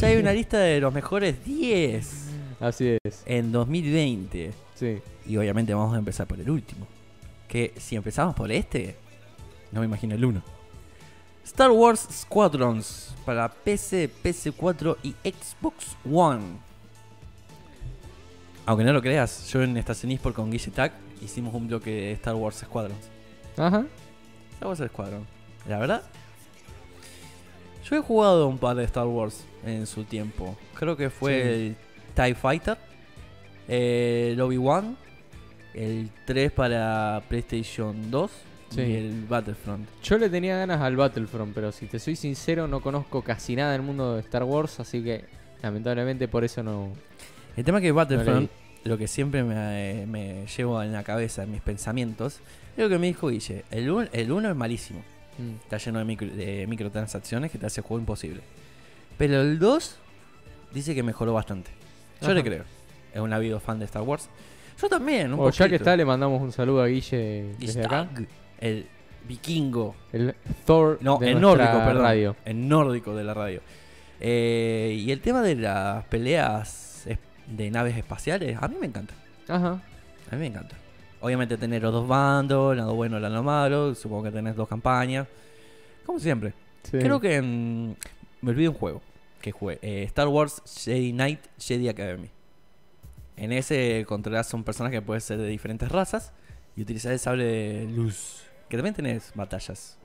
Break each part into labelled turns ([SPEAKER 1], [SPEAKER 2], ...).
[SPEAKER 1] Ya hay una lista de los mejores 10
[SPEAKER 2] Así es.
[SPEAKER 1] en 2020.
[SPEAKER 2] Sí.
[SPEAKER 1] Y obviamente vamos a empezar por el último. Que si empezamos por este, no me imagino el uno. Star Wars Squadrons para PC, PS4 y Xbox One. Aunque no lo creas, yo en Estación Esport con Guille Tac hicimos un bloque de Star Wars Squadrons.
[SPEAKER 2] Ajá.
[SPEAKER 1] Star Wars Squadron. La verdad. Yo he jugado un par de Star Wars en su tiempo. Creo que fue
[SPEAKER 2] Sí.
[SPEAKER 1] el TIE Fighter, el Obi-Wan, el 3 para PlayStation 2
[SPEAKER 2] Sí.
[SPEAKER 1] y el Battlefront.
[SPEAKER 2] Yo le tenía ganas al Battlefront, pero si te soy sincero, no conozco casi nada del mundo de Star Wars, así que lamentablemente por eso no.
[SPEAKER 1] El tema es que Battlefront, lo que siempre me, me llevo en la cabeza, en mis pensamientos, es lo que me dijo Guille. El 1 es malísimo.
[SPEAKER 2] Mm.
[SPEAKER 1] Está lleno de, micro- de microtransacciones que te hace el juego imposible. Pero el 2 dice que mejoró bastante. Yo
[SPEAKER 2] Ajá.
[SPEAKER 1] le creo. Es un habido fan de Star Wars. Yo también, un
[SPEAKER 2] O ya que
[SPEAKER 1] poquito.
[SPEAKER 2] está, le mandamos un saludo a Guille
[SPEAKER 1] Y
[SPEAKER 2] desde
[SPEAKER 1] Stag,
[SPEAKER 2] acá.
[SPEAKER 1] El vikingo.
[SPEAKER 2] El Thor
[SPEAKER 1] No,
[SPEAKER 2] de
[SPEAKER 1] el
[SPEAKER 2] nuestra
[SPEAKER 1] nórdico, perdón.
[SPEAKER 2] radio.
[SPEAKER 1] El nórdico de la radio. Eh, y el tema de las peleas es- de naves espaciales, a mí me encanta.
[SPEAKER 2] Ajá.
[SPEAKER 1] A mí me encanta. Obviamente tener los dos bandos, el lado bueno y el lado malo. Supongo que tenés dos campañas. Como siempre.
[SPEAKER 2] Sí.
[SPEAKER 1] Creo que mm, me olvidé un juego que jugué. eh, Star Wars Jedi Knight Jedi Academy. En ese controlas un personaje que puede ser de diferentes razas y utilizar el sable de luz. Que también tenés batallas.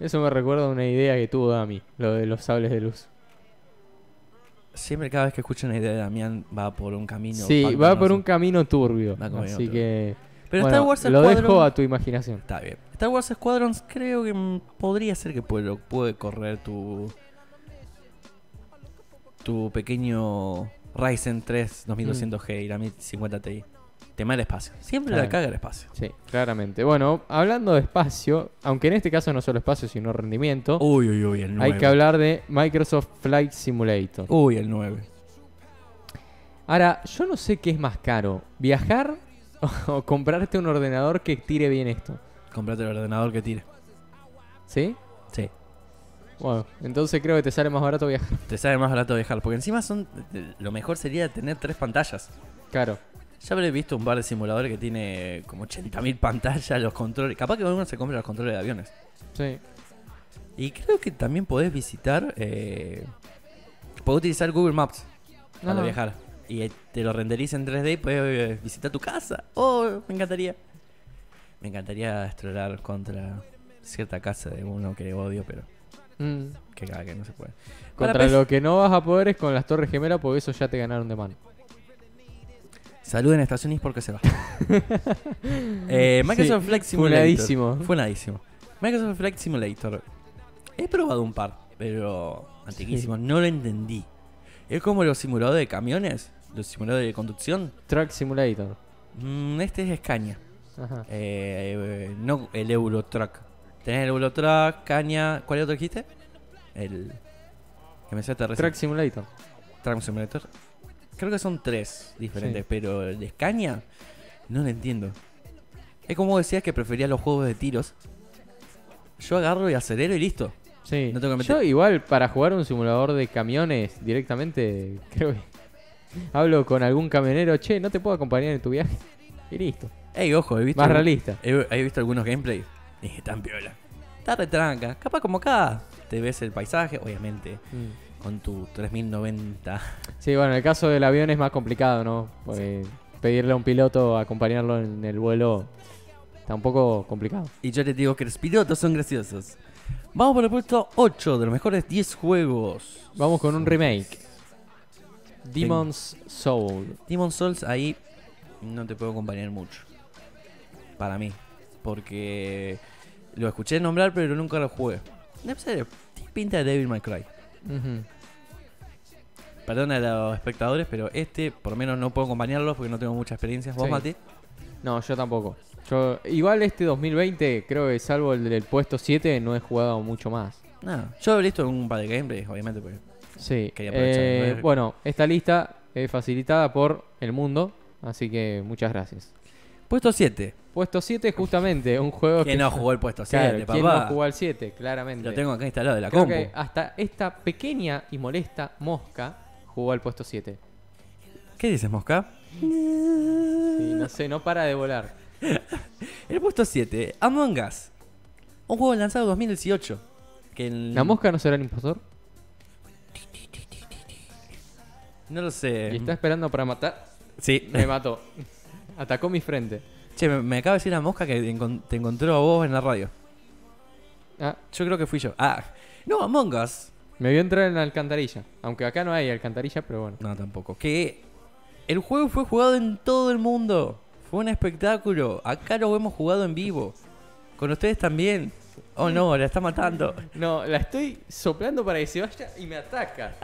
[SPEAKER 2] Eso me recuerda a una idea que tuvo Dami, lo de los sables de luz.
[SPEAKER 1] Siempre cada vez que escucho una idea de Damián va por un camino.
[SPEAKER 2] sí,
[SPEAKER 1] pacto,
[SPEAKER 2] va
[SPEAKER 1] no
[SPEAKER 2] por
[SPEAKER 1] sé.
[SPEAKER 2] un camino turbio.
[SPEAKER 1] Va como
[SPEAKER 2] así
[SPEAKER 1] otro.
[SPEAKER 2] que.
[SPEAKER 1] Pero
[SPEAKER 2] bueno,
[SPEAKER 1] Star Wars
[SPEAKER 2] lo
[SPEAKER 1] Squadrons...
[SPEAKER 2] dejo a tu imaginación.
[SPEAKER 1] Está bien. Star Wars Squadrons creo que mm, podría ser que puede, lo puede correr tu... Tu pequeño Ryzen 3 2200G y la 1050 Ti. Tema del espacio. Mm. Siempre la
[SPEAKER 2] Claro.
[SPEAKER 1] caga el espacio.
[SPEAKER 2] Sí, claramente. Bueno, hablando de espacio, aunque en este caso no solo espacio, sino rendimiento,
[SPEAKER 1] Uy, uy, uy, el 9.
[SPEAKER 2] hay que hablar de Microsoft Flight Simulator.
[SPEAKER 1] Uy, el 9.
[SPEAKER 2] Ahora, yo no sé qué es más caro, viajar o comprarte un ordenador que tire bien esto.
[SPEAKER 1] Comprate el ordenador que tire.
[SPEAKER 2] ¿Sí?
[SPEAKER 1] Sí.
[SPEAKER 2] Bueno, entonces creo que te sale más barato viajar.
[SPEAKER 1] Te sale más barato viajar. Porque encima son. Lo mejor sería tener tres pantallas.
[SPEAKER 2] Claro.
[SPEAKER 1] Ya habré visto un par de simuladores que tiene como 80.000 pantallas, los controles. Capaz que uno se compra los controles de aviones.
[SPEAKER 2] Sí.
[SPEAKER 1] Y creo que también podés visitar. Eh, podés utilizar Google Maps para
[SPEAKER 2] Ah.
[SPEAKER 1] viajar. Y eh, te lo renderiza en 3D y podés eh, visitar tu casa. Oh, me encantaría. Me encantaría estrolar contra cierta casa de uno que odio, pero
[SPEAKER 2] Mm.
[SPEAKER 1] que cada que no se puede. pues, Para
[SPEAKER 2] Contra
[SPEAKER 1] PS
[SPEAKER 2] lo que no vas a poder es con las Torres Gemelas, porque eso ya te ganaron de mano.
[SPEAKER 1] Saluden a Estación East porque se va. Eh, Microsoft Flight Simulator.
[SPEAKER 2] funadísimo.
[SPEAKER 1] Funadísimo. Microsoft Flight Simulator. He probado un par, pero antiquísimo. No lo entendí. Es como los simuladores de camiones, los simuladores de conducción.
[SPEAKER 2] Truck Simulator.
[SPEAKER 1] Mm, este es Scania,
[SPEAKER 2] Ajá.
[SPEAKER 1] eh, eh, no el Eurotrack. Tenés el Eurotrack, Scania. ¿Cuál otro dijiste? El. Que me sale
[SPEAKER 2] Truck Simulator.
[SPEAKER 1] Track Simulator. Creo que son tres diferentes, pero el de Scania no lo entiendo. Es como decías que preferías los juegos de tiros. Yo agarro y acelero y listo.
[SPEAKER 2] Sí.
[SPEAKER 1] No tengo que meter-
[SPEAKER 2] Yo igual para jugar un simulador de camiones directamente, creo que hablo con algún camionero, che, no te puedo acompañar en tu viaje. Y listo.
[SPEAKER 1] Ey, ojo, he visto.
[SPEAKER 2] Más realista.
[SPEAKER 1] He, he visto algunos gameplays. Y dije, tan piola. Está retranca. Capaz como acá. Te ves el paisaje, obviamente, con tu 3090.
[SPEAKER 2] Sí, bueno, el caso del avión es más complicado, ¿no? Porque pedirle a un piloto acompañarlo en el vuelo está un poco complicado.
[SPEAKER 1] Y yo les digo que los pilotos son graciosos. Vamos por el puesto 8 de los mejores 10 juegos.
[SPEAKER 2] Vamos con un remake. Demon's Soul.
[SPEAKER 1] Demon Souls ahí no te puedo acompañar mucho. Para mí. Porque lo escuché nombrar, pero nunca lo jugué. En serio, tiene pinta de Devil May Cry.
[SPEAKER 2] Ujú.
[SPEAKER 1] Perdón a los espectadores, pero este por lo menos no puedo acompañarlos porque no tengo mucha experiencia. ¿Vos,
[SPEAKER 2] Sí.
[SPEAKER 1] Mati?
[SPEAKER 2] No, yo tampoco. Yo, igual este 2020, creo que salvo el del puesto 7, no he jugado mucho más.
[SPEAKER 1] No. Yo he visto un par de gameplays, obviamente, pues. porque
[SPEAKER 2] Sí.
[SPEAKER 1] Quería aprovechar de
[SPEAKER 2] eh,
[SPEAKER 1] ver.
[SPEAKER 2] bueno, esta lista es facilitada por el mundo, así que muchas gracias.
[SPEAKER 1] Puesto 7.
[SPEAKER 2] Puesto 7, justamente, un juego
[SPEAKER 1] ¿Quién
[SPEAKER 2] que...
[SPEAKER 1] no jugó el puesto 7,
[SPEAKER 2] Claro, ¿quién no
[SPEAKER 1] papá?
[SPEAKER 2] jugó al 7? Claramente.
[SPEAKER 1] Lo tengo acá instalado de la
[SPEAKER 2] Creo
[SPEAKER 1] compu.
[SPEAKER 2] que hasta esta pequeña y molesta mosca jugó al puesto 7.
[SPEAKER 1] ¿Qué dices, Mosca?
[SPEAKER 2] Sí, no sé, no para de volar.
[SPEAKER 1] El puesto 7, Among Us. Un juego lanzado en 2018. Que en-
[SPEAKER 2] ¿La mosca no será el impostor?
[SPEAKER 1] No lo sé.
[SPEAKER 2] Y está esperando para matar.
[SPEAKER 1] Sí.
[SPEAKER 2] Me mató. Atacó mi frente.
[SPEAKER 1] Che, me, me acaba de decir la mosca que te encon- te encontró a vos en la radio.
[SPEAKER 2] Ah,
[SPEAKER 1] Yo creo que fui yo. Ah, no, Among Us.
[SPEAKER 2] me vio entrar en la alcantarilla. Aunque acá no hay alcantarilla, pero bueno.
[SPEAKER 1] No, tampoco. Que el juego fue jugado en todo el mundo. Fue un espectáculo. Acá lo hemos jugado en vivo. Con ustedes también. Oh no, la está matando.
[SPEAKER 2] No, la estoy soplando para que se vaya y me ataca.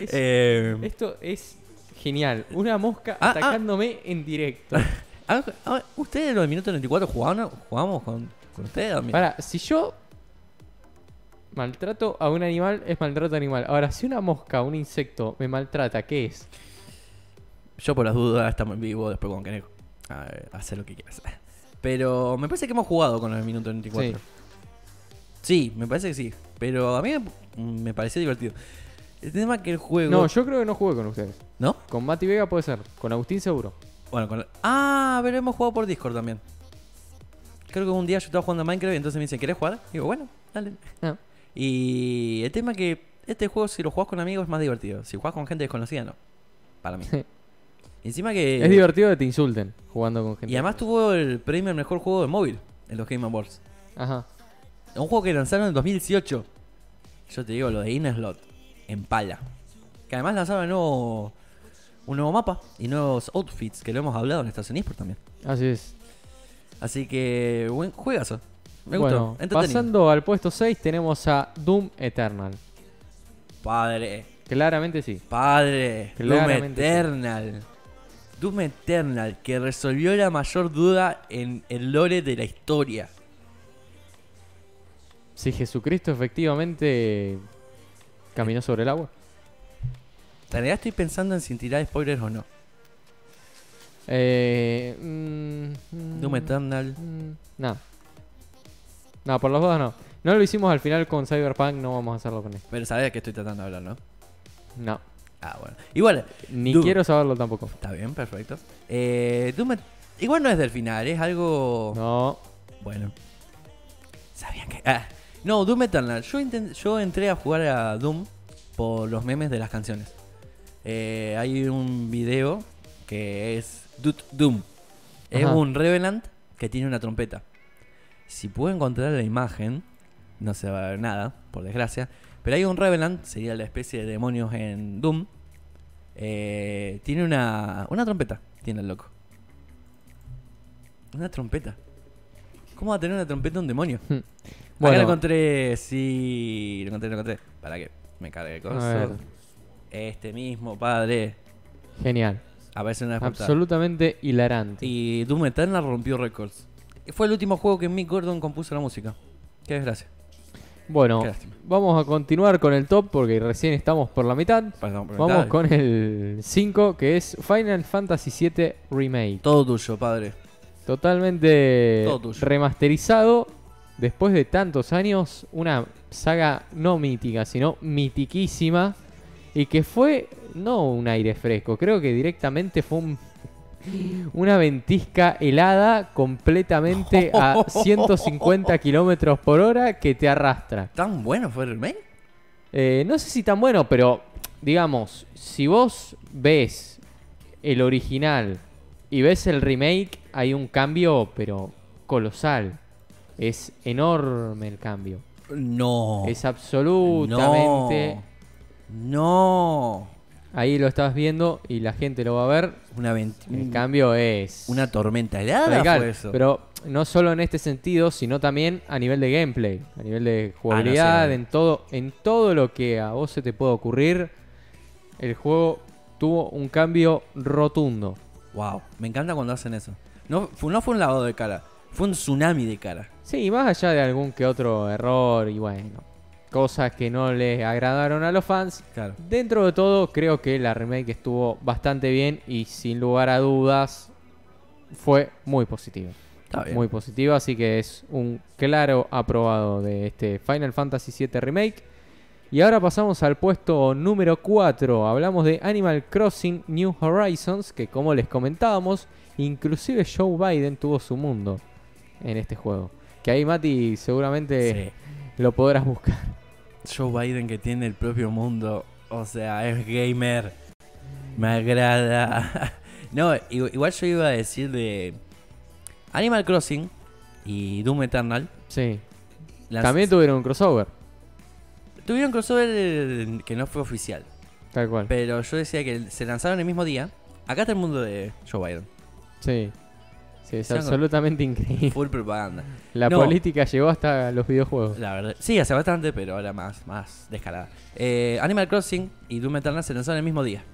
[SPEAKER 2] Es-
[SPEAKER 1] Eh,
[SPEAKER 2] Esto es genial. Una mosca
[SPEAKER 1] Ah, ah.
[SPEAKER 2] atacándome en directo.
[SPEAKER 1] ah, ah, ¿Ustedes los minutos 94 jugaban, jugamos con, con ustedes? también?
[SPEAKER 2] Ahora, si yo maltrato a un animal, es maltrato animal. Ahora, si una mosca, un insecto, me maltrata, ¿qué es?
[SPEAKER 1] Yo por las dudas estamos en vivo después con Keneco. A ver, hacer lo que quieras. Pero me parece que hemos jugado con el minuto 94. Sí, me parece que sí. Pero a mí me- me pareció divertido. El tema es que el juego.
[SPEAKER 2] No, yo creo que no jugué con ustedes.
[SPEAKER 1] ¿No?
[SPEAKER 2] Con Mati Vega puede ser. Con Agustín seguro.
[SPEAKER 1] Bueno, con la- Ah, pero hemos jugado por Discord también. Creo que un día yo estaba jugando a Minecraft y entonces me dice, ¿querés jugar? Y digo, bueno, dale.
[SPEAKER 2] Ah.
[SPEAKER 1] Y el tema es que este juego, si lo jugás con amigos, es más divertido. Si jugás con gente desconocida, no. Para mí.
[SPEAKER 2] Sí.
[SPEAKER 1] Y encima que.
[SPEAKER 2] Es divertido que te insulten jugando con gente.
[SPEAKER 1] Eh, Y además tuvo el premio al mejor juego de móvil en los Game Awards.
[SPEAKER 2] Ajá.
[SPEAKER 1] Un juego que lanzaron en 2018. Yo te digo, lo de Ineslot. En pala. Que además lanzaron un nuevo, un nuevo mapa y nuevos outfits que lo hemos hablado en Estación eSport también.
[SPEAKER 2] Así es.
[SPEAKER 1] Así que, buen juegazo. Me
[SPEAKER 2] bueno,
[SPEAKER 1] gustó. Entretenido.
[SPEAKER 2] pasando al puesto 6 tenemos a Doom Eternal.
[SPEAKER 1] Padre,
[SPEAKER 2] Claramente sí.
[SPEAKER 1] padre. Doom
[SPEAKER 2] Claramente sí.
[SPEAKER 1] Eternal. Doom Eternal, que resolvió la mayor duda en el lore de la historia.
[SPEAKER 2] Si Jesucristo efectivamente caminó sobre el agua.
[SPEAKER 1] En realidad estoy pensando en si tirar spoilers o no.
[SPEAKER 2] Eh, mm, mm,
[SPEAKER 1] Doom Eternal.
[SPEAKER 2] Mm, No. No, por los dos no. No lo hicimos al final con Cyberpunk, no vamos a hacerlo con él.
[SPEAKER 1] Pero sabes de qué estoy tratando de hablar, ¿no?
[SPEAKER 2] No.
[SPEAKER 1] Ah, bueno. Igual,
[SPEAKER 2] Ni
[SPEAKER 1] Doom.
[SPEAKER 2] quiero saberlo tampoco.
[SPEAKER 1] está bien, perfecto. Eh, Doom Et- Igual no es del final, es algo...
[SPEAKER 2] No.
[SPEAKER 1] Bueno. Sabían que... Ah. No, Doom Eternal. Yo, inten- yo entré a jugar a Doom por los memes de las canciones. Eh, hay un video que es Dut Doom. Es
[SPEAKER 2] Ajá.
[SPEAKER 1] un Revenant que tiene una trompeta. Si puedo encontrar la imagen, no se va a ver nada, por desgracia. Pero hay un Revenant, sería la especie de demonios en Doom. Eh, tiene una, una trompeta, tiene el loco. Una trompeta. ¿Cómo va a tener una trompeta un demonio? Bueno. Acá lo
[SPEAKER 2] Hmm. Bueno,
[SPEAKER 1] encontré, sí, lo encontré, lo encontré. Para que me cargue el coso.
[SPEAKER 2] A ver.
[SPEAKER 1] Este mismo padre.
[SPEAKER 2] genial.
[SPEAKER 1] Aparece en una portada.
[SPEAKER 2] Absolutamente hilarante.
[SPEAKER 1] Y Doom Eternal rompió récords. Fue el último juego que Mick Gordon compuso la música. Qué desgracia.
[SPEAKER 2] Bueno,
[SPEAKER 1] Qué lástima.
[SPEAKER 2] vamos a continuar con el top porque recién estamos por la mitad.
[SPEAKER 1] Perdón, pero
[SPEAKER 2] Vamos
[SPEAKER 1] tal.
[SPEAKER 2] con el 5 que es Final Fantasy VII Remake.
[SPEAKER 1] Todo tuyo, padre.
[SPEAKER 2] Totalmente
[SPEAKER 1] Todo tuyo.
[SPEAKER 2] remasterizado. Después de tantos años, una saga no mítica, sino mitiquísima. Y que fue no un aire fresco, creo que directamente fue un- una ventisca helada completamente a 150 kilómetros por hora que te arrastra.
[SPEAKER 1] ¿Tan bueno fue el remake?
[SPEAKER 2] Eh, no sé si tan bueno, pero digamos, si vos ves el original y ves el remake, hay un cambio, pero colosal. Es enorme el cambio.
[SPEAKER 1] No.
[SPEAKER 2] Es absolutamente...
[SPEAKER 1] No. No.
[SPEAKER 2] Ahí lo estás viendo y la gente lo va a ver.
[SPEAKER 1] Una, vent-
[SPEAKER 2] El
[SPEAKER 1] un-
[SPEAKER 2] cambio es...
[SPEAKER 1] una tormenta helada
[SPEAKER 2] radical.
[SPEAKER 1] fue eso.
[SPEAKER 2] Pero no solo en este sentido, sino también a nivel de gameplay, a nivel de
[SPEAKER 1] Ah,
[SPEAKER 2] jugabilidad,
[SPEAKER 1] no, sí, no.
[SPEAKER 2] en todo, en todo lo que a vos se te pueda ocurrir, el juego tuvo un cambio rotundo.
[SPEAKER 1] Wow, me encanta cuando hacen eso. No fue, no fue un lavado de cara, fue un tsunami de cara.
[SPEAKER 2] Sí, y más allá de algún que otro error y bueno, cosas que no les agradaron a los fans.
[SPEAKER 1] Claro.
[SPEAKER 2] Dentro de todo, creo que la remake estuvo bastante bien y sin lugar a dudas fue muy positiva.
[SPEAKER 1] Está bien.
[SPEAKER 2] Muy positiva, así que es un claro aprobado de este Final Fantasy VII Remake. Y ahora pasamos al puesto número 4. Hablamos de Animal Crossing New Horizons, que como les comentábamos, inclusive Joe Biden tuvo su mundo en este juego. Que ahí Mati seguramente lo podrás buscar.
[SPEAKER 1] Sí. Joe Biden que tiene el propio mundo, o sea, es gamer. Me agrada. No, i- igual yo iba a decir de Animal Crossing y Doom Eternal.
[SPEAKER 2] Sí.
[SPEAKER 1] las-
[SPEAKER 2] También tuvieron un crossover,
[SPEAKER 1] tuvieron crossover que no fue oficial.
[SPEAKER 2] tal cual.
[SPEAKER 1] Pero yo decía que se lanzaron el mismo día. Acá está el mundo de Joe Biden.
[SPEAKER 2] Sí. Sí, es
[SPEAKER 1] Sí, no.
[SPEAKER 2] absolutamente increíble.
[SPEAKER 1] Full propaganda.
[SPEAKER 2] La
[SPEAKER 1] No.
[SPEAKER 2] política llegó hasta los videojuegos.
[SPEAKER 1] La verdad. Sí, hace bastante, pero ahora más, más descarada. Eh, Animal Crossing y Doom Eternal se lanzaron el mismo día.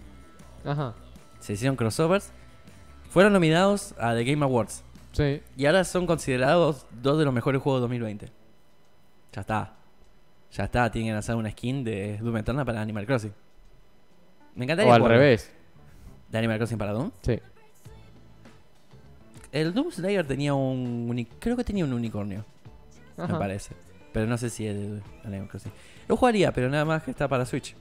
[SPEAKER 2] Ajá.
[SPEAKER 1] Se hicieron crossovers. Fueron nominados a The Game Awards.
[SPEAKER 2] Sí.
[SPEAKER 1] Y ahora son considerados dos de los mejores juegos de 2020. Ya está. Ya está, tienen que lanzar una skin de Doom Eternal para Animal Crossing. Me encantaría.
[SPEAKER 2] O al
[SPEAKER 1] jugarlo.
[SPEAKER 2] revés.
[SPEAKER 1] De Animal Crossing para Doom.
[SPEAKER 2] Sí.
[SPEAKER 1] El Doom Slayer tenía un. uni- Creo que tenía un unicornio. me
[SPEAKER 2] Ajá.
[SPEAKER 1] parece. Pero no sé si el Animal Crossing. Lo jugaría, pero nada más que está para Switch.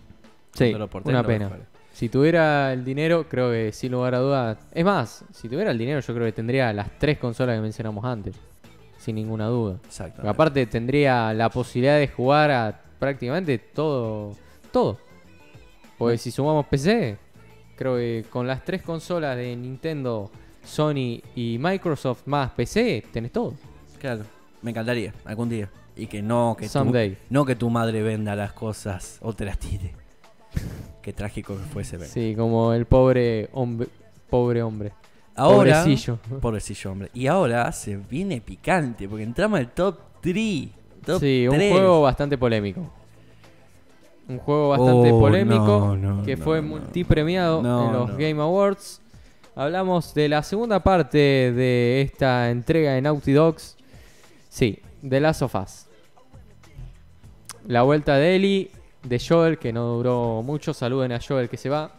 [SPEAKER 2] Sí,
[SPEAKER 1] Cuando lo porten,
[SPEAKER 2] una
[SPEAKER 1] lo voy a
[SPEAKER 2] pena.
[SPEAKER 1] jugar.
[SPEAKER 2] Si tuviera el dinero, creo que sin lugar a dudas. Es más, si tuviera el dinero, yo creo que tendría las tres consolas que mencionamos antes. Sin ninguna duda.
[SPEAKER 1] Exacto.
[SPEAKER 2] Porque aparte, tendría la posibilidad de jugar a prácticamente todo. Todo. Porque si sumamos PC, creo que con las tres consolas de Nintendo, Sony y Microsoft más PC, tenés todo.
[SPEAKER 1] Claro. Me encantaría, algún día. Y que no que, tu,
[SPEAKER 2] Someday.
[SPEAKER 1] no que tu madre venda las cosas o te las tire. Qué trágico que fuese. ver.
[SPEAKER 2] Sí, como el pobre hombre. Pobre hombre.
[SPEAKER 1] Ahora.
[SPEAKER 2] Pobrecillo.
[SPEAKER 1] Pobrecillo, hombre. Y ahora se viene picante, porque entramos al top 3. Top
[SPEAKER 2] sí, un
[SPEAKER 1] tres.
[SPEAKER 2] juego bastante polémico. Un juego bastante
[SPEAKER 1] Oh,
[SPEAKER 2] polémico
[SPEAKER 1] no, no,
[SPEAKER 2] que
[SPEAKER 1] no,
[SPEAKER 2] fue
[SPEAKER 1] no.
[SPEAKER 2] multipremiado
[SPEAKER 1] No,
[SPEAKER 2] en los
[SPEAKER 1] no.
[SPEAKER 2] Game Awards. Hablamos de la segunda parte de esta entrega de Naughty Dogs. Sí, de Last of Us. La vuelta de Ellie, de Joel, que no duró mucho. Saluden a Joel que se va.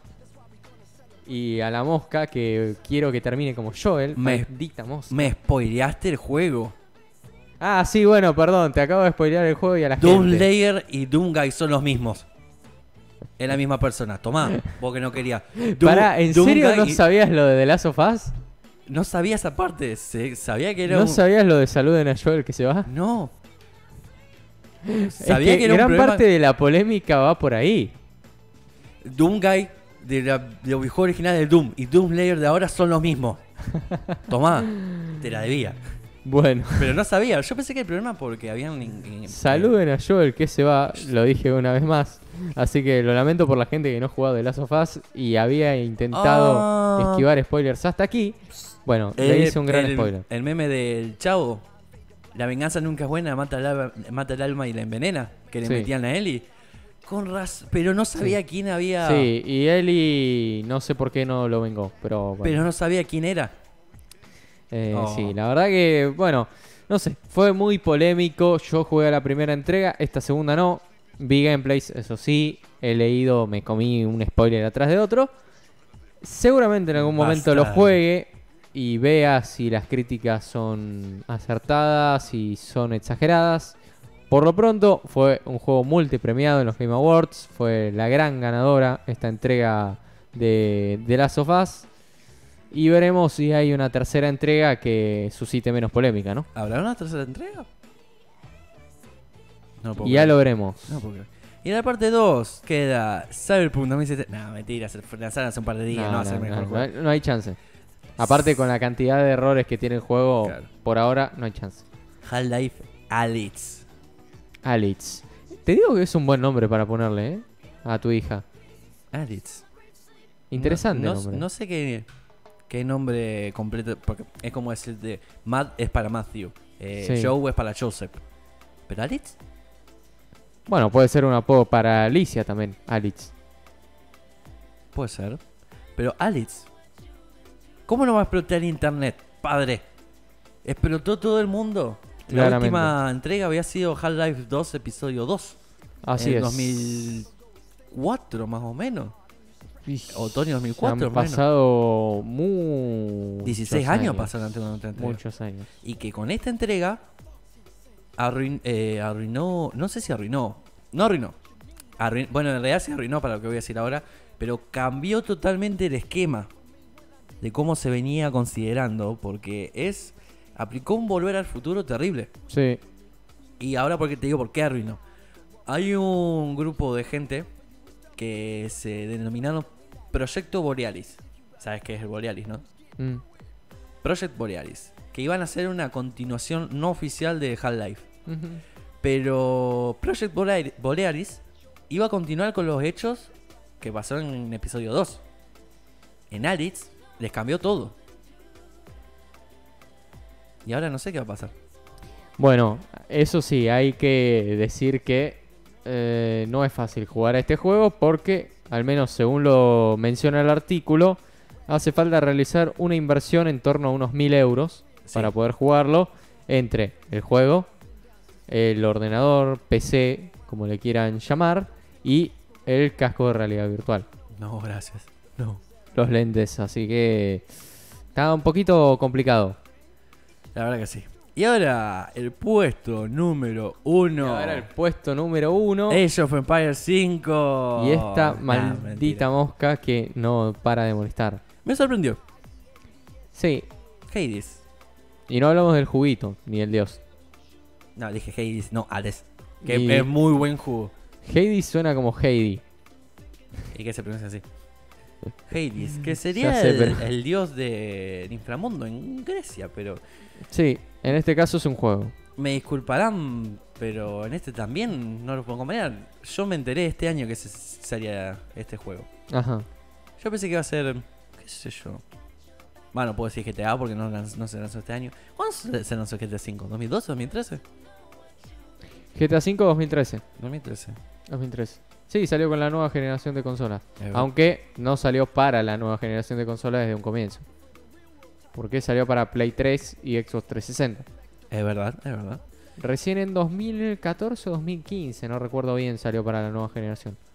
[SPEAKER 2] Y a la mosca, que quiero que termine como Joel.
[SPEAKER 1] Me-
[SPEAKER 2] Maldita mosca.
[SPEAKER 1] Me spoileaste el juego.
[SPEAKER 2] Ah, sí, bueno, perdón, te acabo de spoilear el juego y a la
[SPEAKER 1] Doom
[SPEAKER 2] gente.
[SPEAKER 1] Layer y Doom Guy son los mismos. Es la misma persona. Tomá, vos que no querías. Doom-
[SPEAKER 2] Pará, ¿en
[SPEAKER 1] Doom
[SPEAKER 2] serio
[SPEAKER 1] Guy
[SPEAKER 2] no
[SPEAKER 1] y-
[SPEAKER 2] sabías lo de The Last of Us?
[SPEAKER 1] No sabía esa parte. se- Sabía que era
[SPEAKER 2] ¿No
[SPEAKER 1] un-
[SPEAKER 2] sabías lo de Saluden a Joel que se va?
[SPEAKER 1] No.
[SPEAKER 2] Es
[SPEAKER 1] Sabía que,
[SPEAKER 2] que
[SPEAKER 1] era un
[SPEAKER 2] gran
[SPEAKER 1] problema-
[SPEAKER 2] parte de la polémica va por ahí.
[SPEAKER 1] Doom Guy de la, de los videojuegos originales de Doom y Doom Layer de ahora son los mismos. Tomá, te la debía.
[SPEAKER 2] Bueno,
[SPEAKER 1] Pero no sabía. Yo pensé que el problema porque habían. in- in-
[SPEAKER 2] Saluden a Joel que se va, lo dije una vez más. Así que lo lamento por la gente que no ha jugado The Last of Us y había intentado
[SPEAKER 1] Ah.
[SPEAKER 2] esquivar spoilers hasta aquí. Bueno, le
[SPEAKER 1] Eh,
[SPEAKER 2] hice un gran
[SPEAKER 1] el-
[SPEAKER 2] spoiler.
[SPEAKER 1] El meme del chavo. La venganza nunca es buena, mata el, alma- mata el alma y la envenena. Que le
[SPEAKER 2] Sí.
[SPEAKER 1] metían a Eli. Con razón. Pero no sabía quién había.
[SPEAKER 2] Sí, y Eli no sé por qué no lo vengó, pero bueno.
[SPEAKER 1] Pero no sabía quién era.
[SPEAKER 2] Eh,
[SPEAKER 1] Oh.
[SPEAKER 2] Sí, la verdad que, bueno, no sé, fue muy polémico. Yo jugué a la primera entrega, esta segunda no. Vi gameplays, eso sí, he leído, me comí un spoiler atrás de otro. Seguramente en algún momento lo
[SPEAKER 1] Basta.
[SPEAKER 2] juegue y vea si las críticas son acertadas, si son exageradas. Por lo pronto, fue un juego multipremiado en los Game Awards. Fue la gran ganadora esta entrega de The Last of Us. Y veremos si hay una tercera entrega que suscite menos polémica, ¿no?
[SPEAKER 1] ¿Habrá una tercera entrega? No puedo
[SPEAKER 2] Y ya
[SPEAKER 1] creer.
[SPEAKER 2] lo veremos.
[SPEAKER 1] No puedo creer. Y en la parte 2 queda Cyberpunk 2077. No, mentira, se lanzaron hace un par de días. No, va a ser
[SPEAKER 2] no,
[SPEAKER 1] mejor
[SPEAKER 2] no,
[SPEAKER 1] juego.
[SPEAKER 2] no hay chance. Aparte con la cantidad de errores que tiene el juego,
[SPEAKER 1] Claro.
[SPEAKER 2] por ahora no hay chance.
[SPEAKER 1] Half-Life Alyx.
[SPEAKER 2] Alex. Te digo que es un buen nombre para ponerle, ¿eh? A tu hija.
[SPEAKER 1] Alyx.
[SPEAKER 2] Interesante
[SPEAKER 1] No, no-
[SPEAKER 2] nombre.
[SPEAKER 1] no sé qué, qué nombre completo, porque es como decirte, Matt es para Matthew, eh,
[SPEAKER 2] Sí.
[SPEAKER 1] Joe es para Joseph. ¿Pero Alex?
[SPEAKER 2] Bueno, puede ser un apodo para Alicia también, Alex.
[SPEAKER 1] Puede ser. Pero Alex, ¿cómo no va a explotar internet, padre? Explotó todo el mundo. La
[SPEAKER 2] Claramente.
[SPEAKER 1] última entrega había sido Half-Life 2, episodio 2.
[SPEAKER 2] Así
[SPEAKER 1] en
[SPEAKER 2] es.
[SPEAKER 1] 2004, más o menos. Otoño
[SPEAKER 2] Han
[SPEAKER 1] 2004, hermano.
[SPEAKER 2] pasado mu-
[SPEAKER 1] 16
[SPEAKER 2] muchos
[SPEAKER 1] años, pasaron antes de cuando te entregué.
[SPEAKER 2] Muchos años.
[SPEAKER 1] Y que con esta entrega arruin- eh, arruinó, no sé si arruinó, no arruinó. Arruin- bueno, en realidad se arruinó para lo que voy a decir ahora, pero cambió totalmente el esquema de cómo se venía considerando, porque es, aplicó un volver al futuro terrible.
[SPEAKER 2] Sí,
[SPEAKER 1] Y ahora porque te digo por qué arruinó. Hay un grupo de gente que se denominaron Proyecto Borealis. ¿Sabes qué es el Borealis, no?
[SPEAKER 2] mm,
[SPEAKER 1] Project Borealis, que iban a hacer una continuación no oficial de Half-Life.
[SPEAKER 2] ujú,
[SPEAKER 1] Pero Project Boreal- Borealis iba a continuar con los hechos que pasaron en episodio 2. En Alice les cambió todo. Y ahora no sé qué va a pasar.
[SPEAKER 2] Bueno, eso sí, hay que decir que eh, no es fácil jugar a este juego porque, al menos según lo menciona el artículo, hace falta realizar una inversión en torno a unos 1000 euros
[SPEAKER 1] Sí.
[SPEAKER 2] para poder jugarlo entre el juego, el ordenador, PC, como le quieran llamar, y el casco de realidad virtual,
[SPEAKER 1] No, gracias. No.
[SPEAKER 2] los lentes, así que está un poquito complicado.
[SPEAKER 1] La verdad que sí. Y ahora, el puesto número
[SPEAKER 2] Y
[SPEAKER 1] uno.
[SPEAKER 2] ahora el puesto número uno.
[SPEAKER 1] Age of Empires 5.
[SPEAKER 2] Y esta
[SPEAKER 1] Nah,
[SPEAKER 2] maldita
[SPEAKER 1] mentira.
[SPEAKER 2] mosca que no para de molestar.
[SPEAKER 1] Me sorprendió.
[SPEAKER 2] Sí,
[SPEAKER 1] Hades.
[SPEAKER 2] y no hablamos del juguito, ni del dios.
[SPEAKER 1] No, dije Hades, no, Hades. Que
[SPEAKER 2] Y-
[SPEAKER 1] es muy buen juego.
[SPEAKER 2] Heidi suena como Heidi.
[SPEAKER 1] Y que se pronuncia así. Hades, que sería
[SPEAKER 2] sé,
[SPEAKER 1] el,
[SPEAKER 2] pero-
[SPEAKER 1] el dios del inframundo en Grecia, pero
[SPEAKER 2] Sí, en este caso es un juego.
[SPEAKER 1] me disculparán, pero en este también no lo puedo comparar. Yo me enteré este año que se salía este juego.
[SPEAKER 2] Ajá.
[SPEAKER 1] Yo pensé que iba a ser, qué sé yo. Bueno, puedo decir GTA porque no, lanz- no se lanzó este año. ¿Cuándo se se lanzó GTA 5? ¿2012? ¿2013?
[SPEAKER 2] GTA V 2013.
[SPEAKER 1] 2013.
[SPEAKER 2] 2013. Sí, salió con la nueva generación de consolas.
[SPEAKER 1] Es verdad.
[SPEAKER 2] Aunque no salió para la nueva generación de consolas desde un comienzo. Porque salió para Play 3 y Xbox 360.
[SPEAKER 1] Es verdad, es verdad.
[SPEAKER 2] Recién en 2014 o 2015, no recuerdo bien, salió para la nueva generación.